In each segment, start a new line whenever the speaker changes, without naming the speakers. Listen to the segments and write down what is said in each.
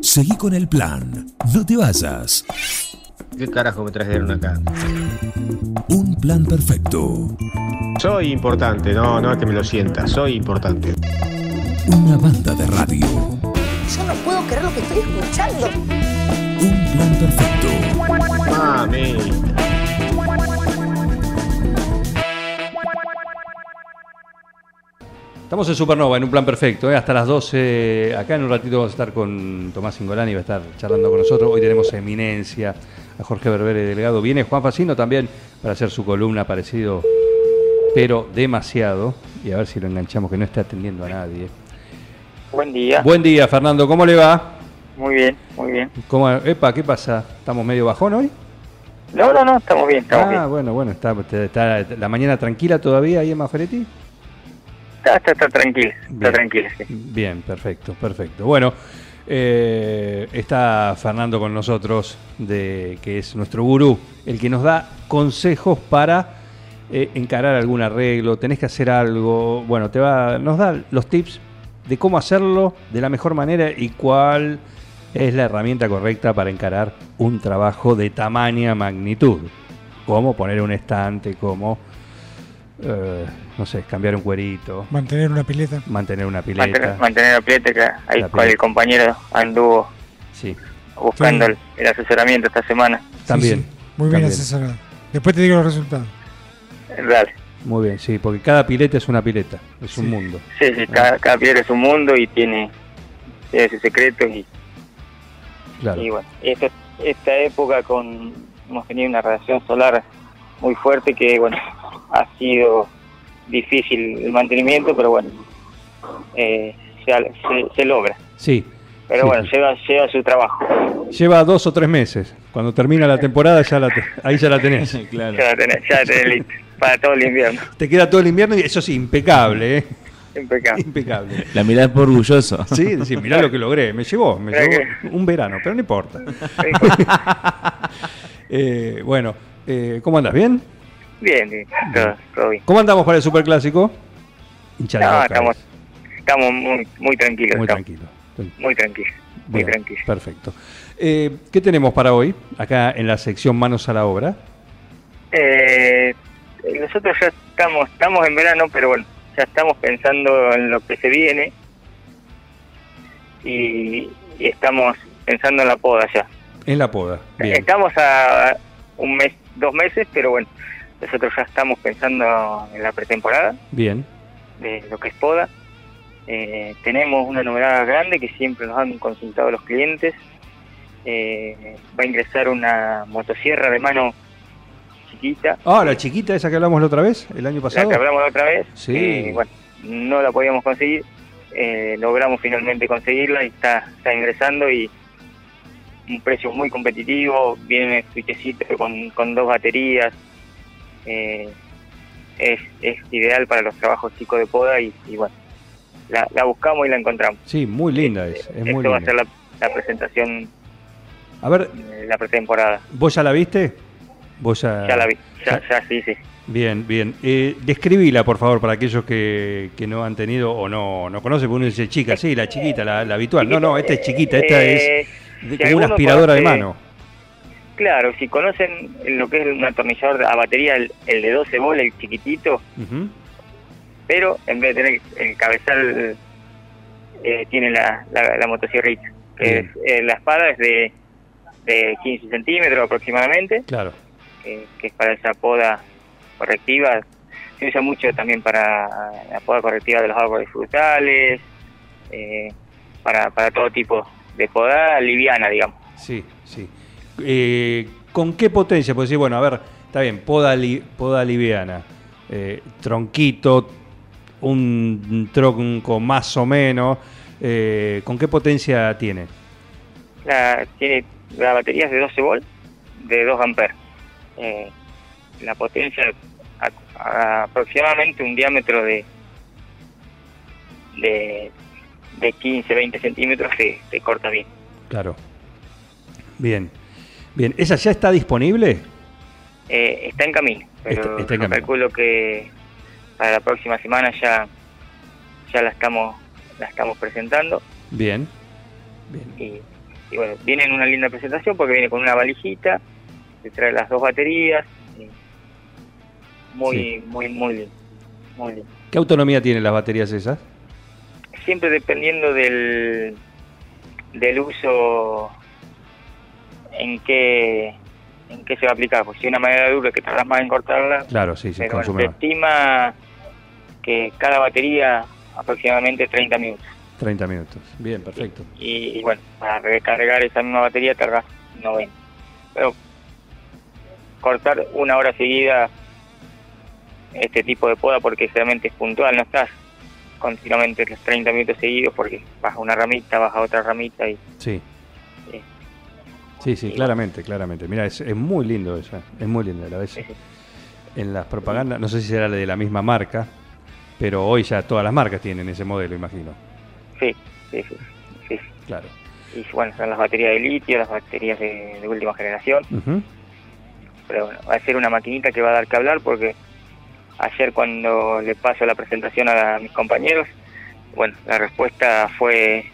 Seguí con el plan. No te vayas.
¿Qué carajo me trajeron acá?
Un plan perfecto.
Soy importante, no, no es que me lo sienta, soy importante.
Una banda de radio.
Yo no puedo creer lo que estoy escuchando.
Un plan perfecto.
Mami.
Estamos en Supernova, en un plan perfecto, ¿eh? hasta las 12. Acá en un ratito vamos a estar con Tomás Ingolani, va a estar charlando con nosotros. Hoy tenemos a Eminencia, a Jorge Berbere Delgado. Viene Juan Facino también para hacer su columna parecido, pero demasiado. Y a ver si lo enganchamos, que no está atendiendo a nadie.
Buen día.
Buen día, Fernando, ¿cómo le va?
Muy bien, muy bien.
¿Cómo, epa, ¿qué pasa? ¿Estamos medio bajón hoy?
No, no, no, estamos bien, estamos
Ah,
bien.
bueno, bueno, está, está- está la mañana tranquila todavía ahí en Maferetti.
Ah, Está, está, está tranquilo, está
Bien.
tranquilo, sí.
Bien, perfecto, perfecto. Bueno, eh, está Fernando con nosotros, de, que es nuestro gurú, el que nos da consejos para eh, encarar algún arreglo, tenés que hacer algo, bueno, te va, nos da los tips de cómo hacerlo de la mejor manera y cuál es la herramienta correcta para encarar un trabajo de tamaña magnitud, como poner un estante, como, eh, no sé, cambiar un cuerito,
Mantener una pileta.
mantener una pileta.
Mantener, mantener la pileta que ahí
La
cual el
pileta.
compañero anduvo
Sí,
buscando
Sí.
el, el asesoramiento esta semana.
también.
Sí, sí. Muy bien
también.
asesorado. Después te digo los resultados.
Dale.
Muy bien, sí, porque cada pileta es una pileta, es un
Sí.
mundo.
Sí, sí, cada, cada piedra es un mundo y tiene, tiene sus secretos y,
Claro.
y bueno, esta, esta época con hemos tenido una radiación solar muy fuerte que bueno, ha sido difícil el mantenimiento, pero bueno, eh, se, se- se logra.
Sí.
Pero
Sí,
bueno,
sí.
lleva, lleva su trabajo.
Lleva dos o tres meses. Cuando termina la temporada, ya la te- ahí ya la tenés.
Ya la tenés, ya la tenés lista para todo el invierno.
Te queda todo el invierno y eso es impecable, ¿eh?
Impecable.
Impecable.
La mirás por orgulloso.
Sí, decir, mirá lo que logré. Me llevó, me
Mirá
llevó un verano, pero no importa. Eh, bueno, eh, ¿cómo andas? ¿Bien?
Bien, bien, todo, todo bien.
¿Cómo andamos para el superclásico? Hincha la
No,
boca,
estamos,
es.
estamos muy, muy tranquilos.
muy
estamos
tranquilo.
Muy tranquilos. Muy
Bien,
tranquilos.
Perfecto. Eh, ¿Qué tenemos para hoy? Acá en la sección Manos a la Obra.
Eh, nosotros ya estamos, estamos en verano, pero bueno, ya estamos pensando en lo que se viene y, y estamos pensando en la poda ya.
En la poda. Bien.
Estamos a un mes, dos meses, pero bueno, nosotros ya estamos pensando en la pretemporada.
Bien.
de lo que es poda. Eh, tenemos una novedad grande que siempre nos han consultado los clientes. Eh, va a ingresar una motosierra de mano chiquita,
Ah, la chiquita esa que hablamos la otra vez, el año
la
pasado.
que hablamos la otra vez.
Sí.
Eh, bueno, no la podíamos conseguir. Eh, logramos finalmente conseguirla y está, está ingresando y un precio muy competitivo. Viene switchecito con, con dos baterías. Eh, es, es ideal para los trabajos chicos de poda y, y bueno, la, la buscamos y la encontramos.
Sí, muy linda es. Es muy
Esto va a
linda.
ser la, la presentación,
A ver,
eh, la pretemporada.
¿vos ya la viste? Vos ya,
Ya la vi, ya,
ya-
ya sí, sí.
Bien, bien. Eh, describila, por favor, para aquellos que, que no han tenido o no, no conocen, porque uno dice chica, sí, la chiquita, la, la habitual. No, no, esta es chiquita, esta es
Eh,
de-
si
como una
alguno
aspiradora de
conoce-
mano.
Claro, si conocen lo que es un atornillador a batería, el, el de 12 bolas, el chiquitito,
Ujú.
pero en vez de tener el cabezal, eh, tiene la, la, la motosierrita. Que
Bien.
es, eh, la espada es de, de 15 centímetros aproximadamente,
Claro.
que, que es para esa poda correctiva. Se usa mucho también para la poda correctiva de los árboles frutales, eh, para, para todo tipo de poda liviana, digamos.
Sí, sí. Eh, ¿Con qué potencia? Pues sí, bueno, a ver, está bien, poda, li- poda liviana, eh, tronquito, un tronco más o menos. eh, ¿Con qué potencia tiene?
La, tiene la batería es de 12 volts, de 2 amperes. Eh, la potencia a- a- aproximadamente un diámetro de de, de 15, 20 centímetros que te corta bien.
Claro. Bien. Bien, ¿esa ya está disponible?
Eh, está en camino, pero
Está- está en
yo
camino.
calculo que para la próxima semana ya ya la estamos la estamos presentando
Bien. Bien.
y, Y bueno, viene en una linda presentación porque viene con una valijita, te trae las dos baterías. y Muy,
Sí.
muy, muy lindo. Muy lindo.
¿Qué autonomía tienen las baterías esas?
Siempre dependiendo del, del uso en qué, en qué se va a aplicar. Porque si hay una madera dura que tardas más en cortarla,
Claro, sí, se
pero bueno,
consume
se
más.
estima que cada batería aproximadamente 30 minutos.
30 minutos. Bien, perfecto.
y, y bueno, para recargar esa misma batería tardas 90. Pero cortar una hora seguida este tipo de poda porque realmente es puntual, no estás continuamente los 30 minutos seguidos porque vas a una ramita, vas a otra ramita y
Sí.
Sí.
Sí, sí, claramente, claramente. Mira, es, es muy lindo eso, es muy lindo la vez. En las propagandas, no sé si será de la misma marca, pero hoy ya todas las marcas tienen ese modelo, imagino.
sí, sí, sí, sí.
Claro.
Y bueno, son las baterías de litio, las baterías de, de última generación,
Ujú.
pero bueno, va a ser una maquinita que va a dar que hablar porque ayer cuando le paso la presentación a, la- a mis compañeros, bueno, la respuesta fue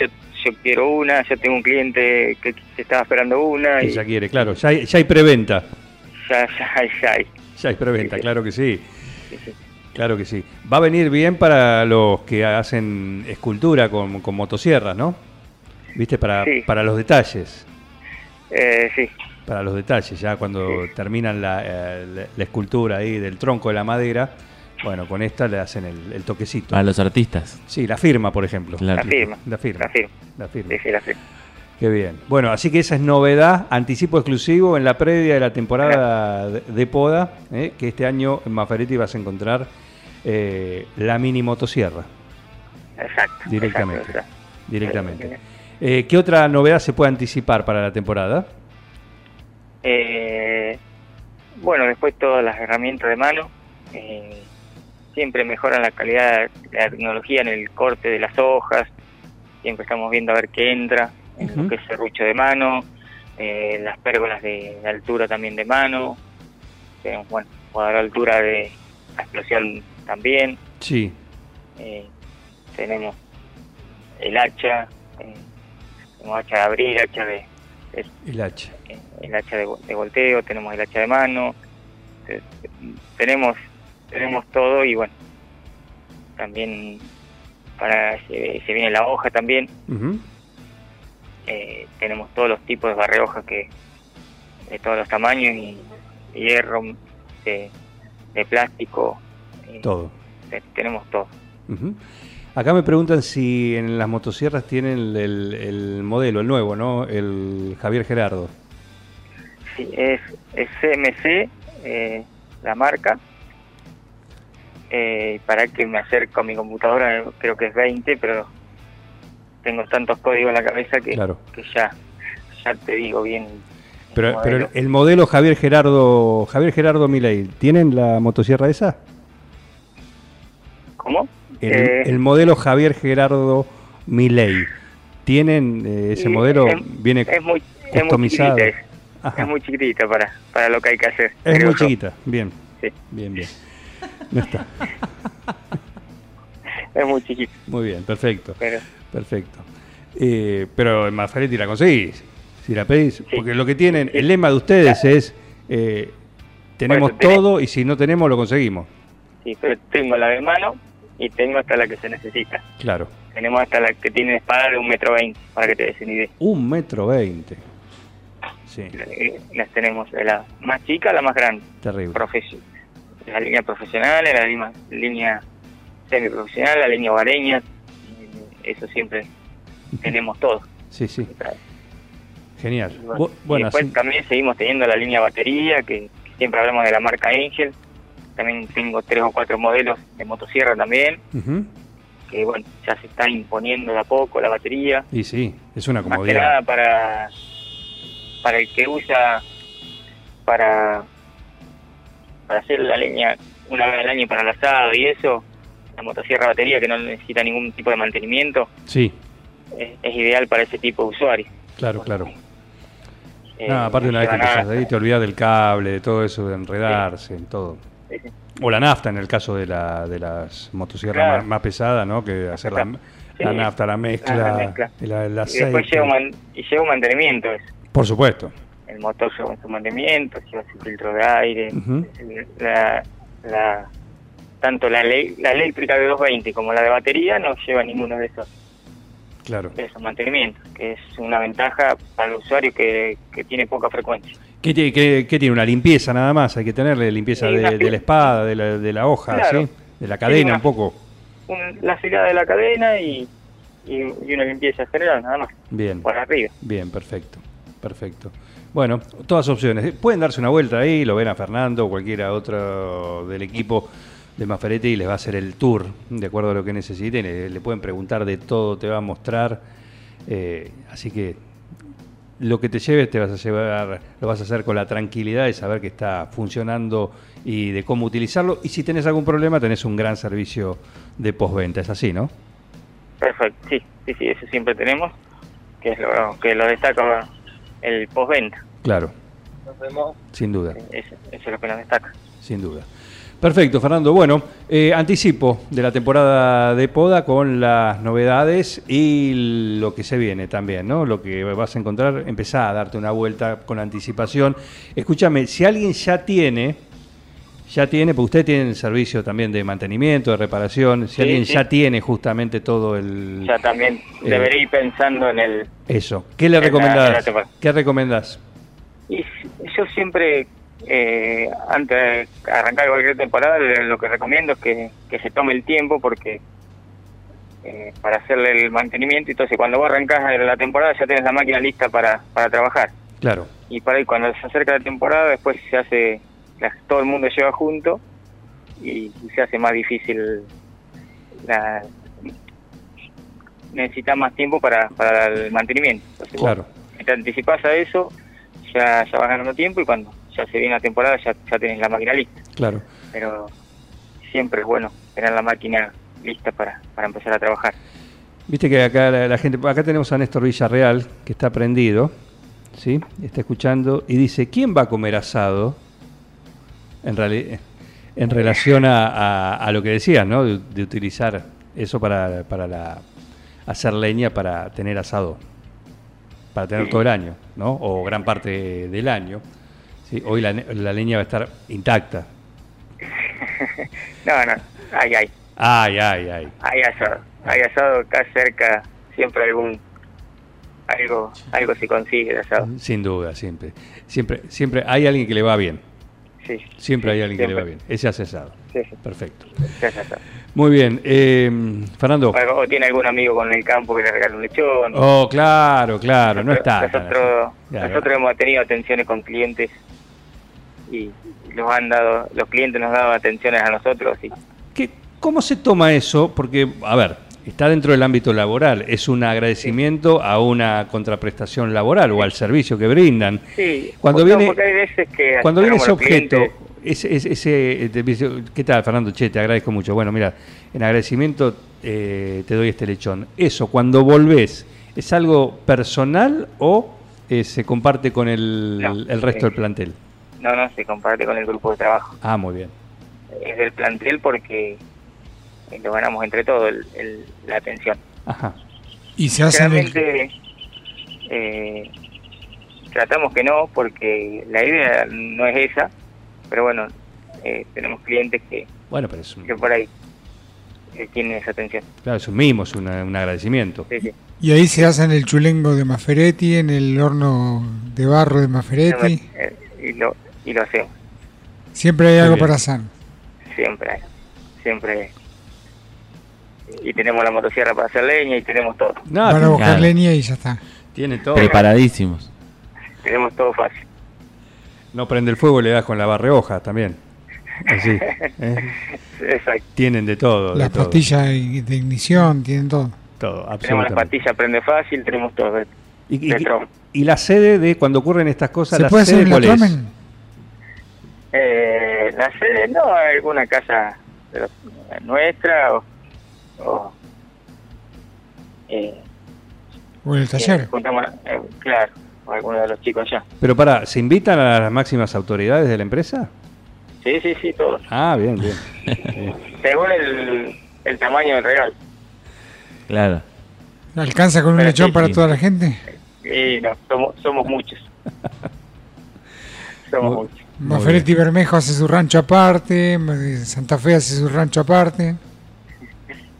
yo, yo quiero una, yo tengo un cliente que, que estaba esperando una
Que
y
ya
ya,
quiere, claro. Ya hay, ya hay preventa.
ya, ya, hay.
Ya hay preventa,
Sí, sí.
claro que sí.
Sí, sí.
Claro que sí. Va a venir bien para los que hacen escultura con, con motosierras, ¿no? ¿Viste? Para,
Sí.
para los detalles.
Eh, sí,
Para los detalles, ya cuando
Sí.
terminan la, eh, la- la escultura ahí del tronco de la madera, bueno, con esta le hacen el, el toquecito.
Para los artistas.
Sí, la firma, por ejemplo.
la
Claro.
firma,
La firma.
la firma,
La firma.
sí, sí, la firma.
Qué bien. Bueno, así que esa es novedad, anticipo exclusivo en la previa de la temporada de, de poda, ¿eh? que este año en Maferetti vas a encontrar eh, la mini motosierra
Exacto.
directamente.
exacto, exacto.
Directamente. Eh, ¿Qué otra novedad se puede anticipar para la temporada?
Eh, bueno, después todas las herramientas de mano eh, siempre mejoran la calidad de la tecnología en el corte de las hojas. Siempre estamos viendo a ver qué entra, en
Ujú.
lo que es serrucho de mano, eh, las pérgolas de, de altura también de mano. Tenemos, bueno, cuadro de altura de la explosión también.
Sí,
eh, tenemos el hacha, eh, tenemos hacha de abrir, hacha de,
el hacha.
eh, el hacha de, vo- de volteo, tenemos el hacha de mano, eh, tenemos tenemos todo y bueno, también para se, se viene la hoja también,
Ujú.
eh, tenemos todos los tipos de barrehojas que de todos los tamaños y de hierro, de, de plástico, eh,
Todo.
te- tenemos todo.
Ujú. Acá me preguntan si en las motosierras tienen el, el- el modelo, el nuevo, ¿no? El Javier Gerardo.
Sí, es, es CMC, eh, la marca. Eh, para que me acerco a mi computadora, eh, creo que es 20, pero tengo tantos códigos en la cabeza que,
Claro.
que ya, ya te digo bien. el
Pero, pero
modelo.
el, el modelo Javier Gerardo, Javier Gerardo Milei, ¿tienen la motosierra esa?
¿Cómo?
El,
Eh,
el modelo Javier Gerardo Milei, ¿tienen eh, ese
y
modelo?
es-
Viene
es muy, es muy
customizado.
chiquita, es,
Ajá.
es muy chiquitita para, para lo que hay que hacer.
Es
creo
muy
yo.
chiquita, bien,
Sí,
bien, bien. No está.
es muy chiquita,
Muy bien, perfecto.
pero
Perfecto. Eh, pero en Maferetti la conseguís. Si la pedís. Porque lo que tienen, el lema de ustedes es: eh, tenemos
Por eso,
todo y si no tenemos, lo conseguimos.
sí, pero tengo la de mano y tengo hasta la que se necesita.
Claro.
Tenemos hasta la que tiene espada de un metro veinte, para que te des una idea.
Un metro veinte. Sí,
Eh, Las tenemos de la más chica a la más grande.
terrible.
Profes- la línea profesional, la lima- línea semiprofesional, la línea hogareña. eh, Eso siempre tenemos todo.
Sí, sí,
O sea,
genial. Bu-
y Bueno, y
Bueno,
después
así-
también seguimos teniendo la línea batería, que siempre hablamos de la marca Angel. También tengo tres o cuatro modelos de motosierra también,
Ujú.
que bueno, ya se está imponiendo de a poco la batería.
Y sí, es una
más que nada
comodidad.
para para el que usa para para hacer la leña una vez al año para el asado y eso la motosierra batería que no necesita ningún tipo de mantenimiento
Sí,
es, es ideal para ese tipo de usuario
claro, claro.
Eh,
Ah, aparte, una vez que
lleva
empezás
nada.
ahí, te olvidás del cable, de todo eso, de enredarse, en todo.
Sí, sí.
O la nafta en el caso de, la, de las motosierras
Claro.
más, más pesadas, ¿no? Que hacer la, la
Sí.
nafta, la mezcla,
La mezcla.
el, el
Y después
aceite.
lleva un, man- y lleva un mantenimiento. eso.
Por supuesto.
El motor lleva su mantenimiento, lleva su filtro de aire,
Ujú.
la, la- tanto la, le- la eléctrica de 220 como la de batería no lleva ninguno de esos,
Claro.
de esos mantenimientos, que es una ventaja para el usuario que, que tiene poca frecuencia.
¿Qué, tiene- qué- qué tiene? Una limpieza nada más. Hay que tenerle limpieza
Sí, una
de,
lim-
de la espada, de la, de la hoja,
Claro.
¿sí? de la cadena
una-
un poco.
Un- la afilada de la cadena y, y, y una limpieza general, nada más,
Bien.
por arriba.
Bien, perfecto, perfecto. Bueno, todas opciones. Eh, Pueden darse una vuelta ahí, lo ven a Fernando o cualquiera otro del equipo de Maferetti y les va a hacer el tour, de acuerdo a lo que necesiten. Eh, Le, le pueden preguntar de todo, te va a mostrar. Eh, así que lo que te lleves te vas a llevar, lo vas a hacer con la tranquilidad de saber que está funcionando y de cómo utilizarlo. Y si tenés algún problema, tenés un gran servicio de postventa. Es así, ¿no?
Perfecto, sí, sí, sí, eso siempre tenemos, que es lo que lo destaca el postventa.
Claro,
Nos vemos.
sin duda.
Eso, eso es lo que nos destaca.
Sin duda. Perfecto, Fernando. Bueno, eh, anticipo de la temporada de poda con las novedades y lo que se viene también, ¿no? Lo que vas a encontrar, empezá a darte una vuelta con anticipación. Escúchame, si alguien ya tiene, ya tiene, porque usted tiene el servicio también de mantenimiento, de reparación, si
Sí,
alguien
sí.
ya tiene justamente todo el...
Ya también
Eh.
debería ir pensando en el...
Eso. ¿Qué le
En la- en la
recomendás?
temporada.
¿Qué recomendás?
Y yo siempre, eh, antes de arrancar cualquier temporada, lo que recomiendo es que, que se tome el tiempo porque eh, para hacerle el mantenimiento, entonces cuando vos arrancás la temporada ya tenés la máquina lista para, para trabajar.
Claro,
y para ahí cuando se acerca la temporada después se hace la- todo el mundo lleva junto y, y se hace más difícil la necesita más tiempo para, para el mantenimiento Entonces,
claro.
vos, mientras anticipás a eso ya, ya vas ganando tiempo y cuando ya se viene la temporada ya, ya tenés la máquina lista
Claro.
pero siempre es bueno tener la máquina lista para, para empezar a trabajar
Viste que acá la, la gente, acá tenemos a Néstor Villarreal, que está prendido, ¿sí? Está escuchando y dice, ¿quién va a comer asado? En, reali- en relación a, a- a lo que decías, ¿no? De, de utilizar eso para, para la, hacer leña para tener asado, para tener todo el año, ¿no? O gran parte del año. ¿sí? Hoy la, ne- la leña va a estar intacta.
no no ay ay
Ay, ay, ay.
Hay asado, hay asado acá cerca, siempre algún algo algo se consigue de asado.
Sin duda, siempre. Siempre, siempre hay alguien que le va bien.
Sí,
Siempre hay
sí,
alguien que le va bien. Ese ha cesado.
Sí, sí,
Perfecto.
se hace asado.
Muy bien. eh, Fernando.
O, o tiene algún amigo con el campo que le regala un lechón.
Oh, claro, claro. No
Nosotros-
está. tan
Nosotros,
así. Claro.
nosotros hemos tenido atenciones con clientes y los han dado, los clientes nos han dado atenciones a nosotros y
¿Qué- ¿Cómo se toma eso? Porque, a ver, está dentro del ámbito laboral. Es un agradecimiento a una contraprestación laboral o al servicio que brindan.
Sí,
Cuando
porque-
viene,
porque hay veces que
cuando viene
acercamos
ese
a los
objeto,
clientes.
ese, ese- ese- eh, te dice, ¿qué tal, Fernando? Che, te agradezco mucho. Bueno, mira, en agradecimiento eh, te doy este lechón. Eso, cuando volvés, ¿es algo personal o eh, se comparte con el,
No,
el resto
eh,
del plantel?
no, no, se comparte con el grupo de trabajo.
Ah, muy bien.
es del plantel porque eh, lo ganamos entre todos el- el- la atención.
Ajá,
Y
Ah,
se hacen el,
Realmente eh, tratamos que no porque la idea no es esa, pero bueno, eh, tenemos clientes que,
bueno, pero es un,
que por ahí eh, tienen esa atención.
claro, es un mimo, es una- un agradecimiento.
Sí, sí.
y ahí se hacen el chulengo de Maferetti, en el horno de barro de Maferetti.
Eh, Y, lo, y lo hacemos,
Siempre hay
Muy
algo
bien. Ah,
para hacer.
siempre, hay, siempre. hay. Y tenemos la motosierra para hacer leña y tenemos todo,
No,
Van a
tiene-
buscar
claro.
leña y ya está.
tiene todo.
Preparadísimos.
tenemos todo fácil.
No prende el fuego, le das con la barreoja también. Así. ¿eh?
Exacto.
Tienen de todo. de
Las
todo,
pastillas de de ignición, tienen todo.
Todo,
Tenemos las
absolutamente.
pastillas prende fácil, tenemos todo.
Y, y-
Petro.
y la sede de cuando ocurren estas cosas,
¿Se
la
puede hacer
sede
el
cuál es?
abdomen?
Eh, la sede, no, alguna casa de los- nuestra o, o, eh,
¿O en el
eh,
taller?
juntamos, eh, claro, o alguno de los chicos allá.
Pero para, ¿se invitan a las máximas autoridades de la empresa?
Sí, sí, sí, todos.
Ah, bien, bien.
Según el, el tamaño del regalo.
Claro.
¿Alcanza con un
Pero
lechón
sí,
para
sí.
toda la gente?
Y no, somos, somos muchos. Somos
Muy-
muchos.
Muy
Maferetti Bermejo hace su rancho aparte, eh, Santa Fe hace su rancho aparte.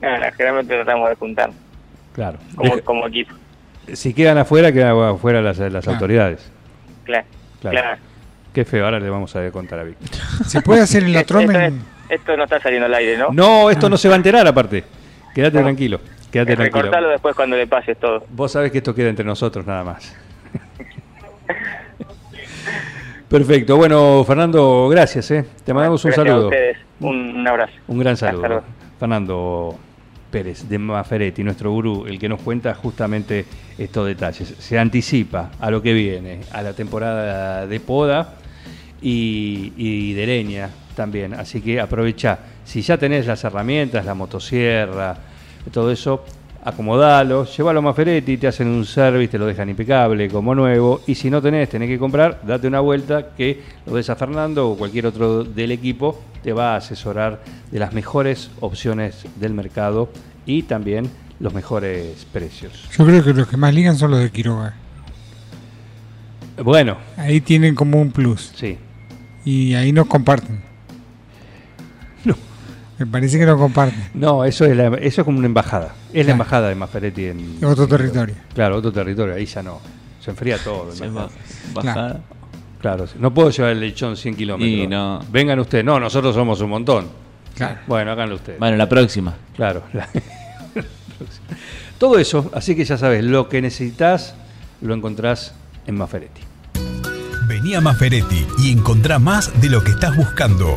No, no, generalmente tratamos de juntarnos
Claro.
como, como equipo.
Si quedan afuera, quedan afuera las, las
Claro.
autoridades.
Claro,
Claro.
claro.
Qué feo, ahora le vamos a contar a Víctor.
¿Se puede hacer el
Esto,
atromen?
es- esto no está saliendo al aire, ¿no?
No,
Ah.
esto no se va a enterar aparte. Quédate tranquilo, quédate tranquilo.
Recortalo después cuando le pases todo.
Vos sabés que esto queda entre nosotros nada más. Perfecto. Bueno, Fernando, gracias. ¿eh? Te mandamos un
Gracias a
saludo.
ustedes. Un, un abrazo.
Un gran
Hasta
saludo.
luego.
Fernando Pérez de Maferetti, nuestro gurú, el que nos cuenta justamente estos detalles. Se anticipa a lo que viene, a la temporada de poda y, y de leña también. Así que aprovecha. Si ya tenés las herramientas, la motosierra, todo eso, acomodalo, llévalo a Maferetti, te hacen un service, te lo dejan impecable, como nuevo. Y si no tenés, tenés que comprar, date una vuelta que lo ves a Fernando o cualquier otro del equipo, te va a asesorar de las mejores opciones del mercado y también los mejores precios.
Yo creo que los que más ligan son los de Quiroga.
Bueno,
Ahí tienen como un plus
sí.
y ahí nos comparten.
No.
Me parece que nos comparten.
No, eso es, la- eso es como una embajada. Es la
Claro.
embajada de Maferetti en...
Otro territorio.
Claro, otro territorio, ahí ya no. Se enfría todo.
Se
embajada.
va- bajada.
Claro, sí. no puedo llevar el lechón 100 kilómetros.
Y no.
Vengan ustedes. No, nosotros somos un montón.
Claro.
Bueno, háganlo ustedes.
Bueno, la próxima.
Claro. Todo eso, así que ya sabes, lo que necesitas lo encontrás en Maferetti.
Vení a Maferetti y encontrá más de lo que estás buscando.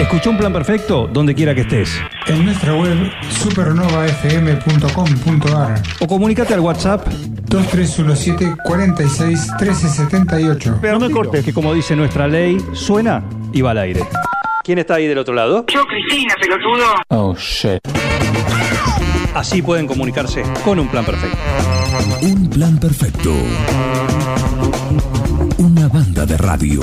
Escuchó un plan perfecto donde quiera que estés.
En nuestra web supernovafm.com.ar
O comunícate al WhatsApp.
2317 46 13 78.
Pero no cortes, que como dice nuestra ley, suena y va al aire.
¿Quién está ahí del otro lado?
Oh, shit.
Así pueden comunicarse con un plan perfecto.
Un plan perfecto. Una banda de radio.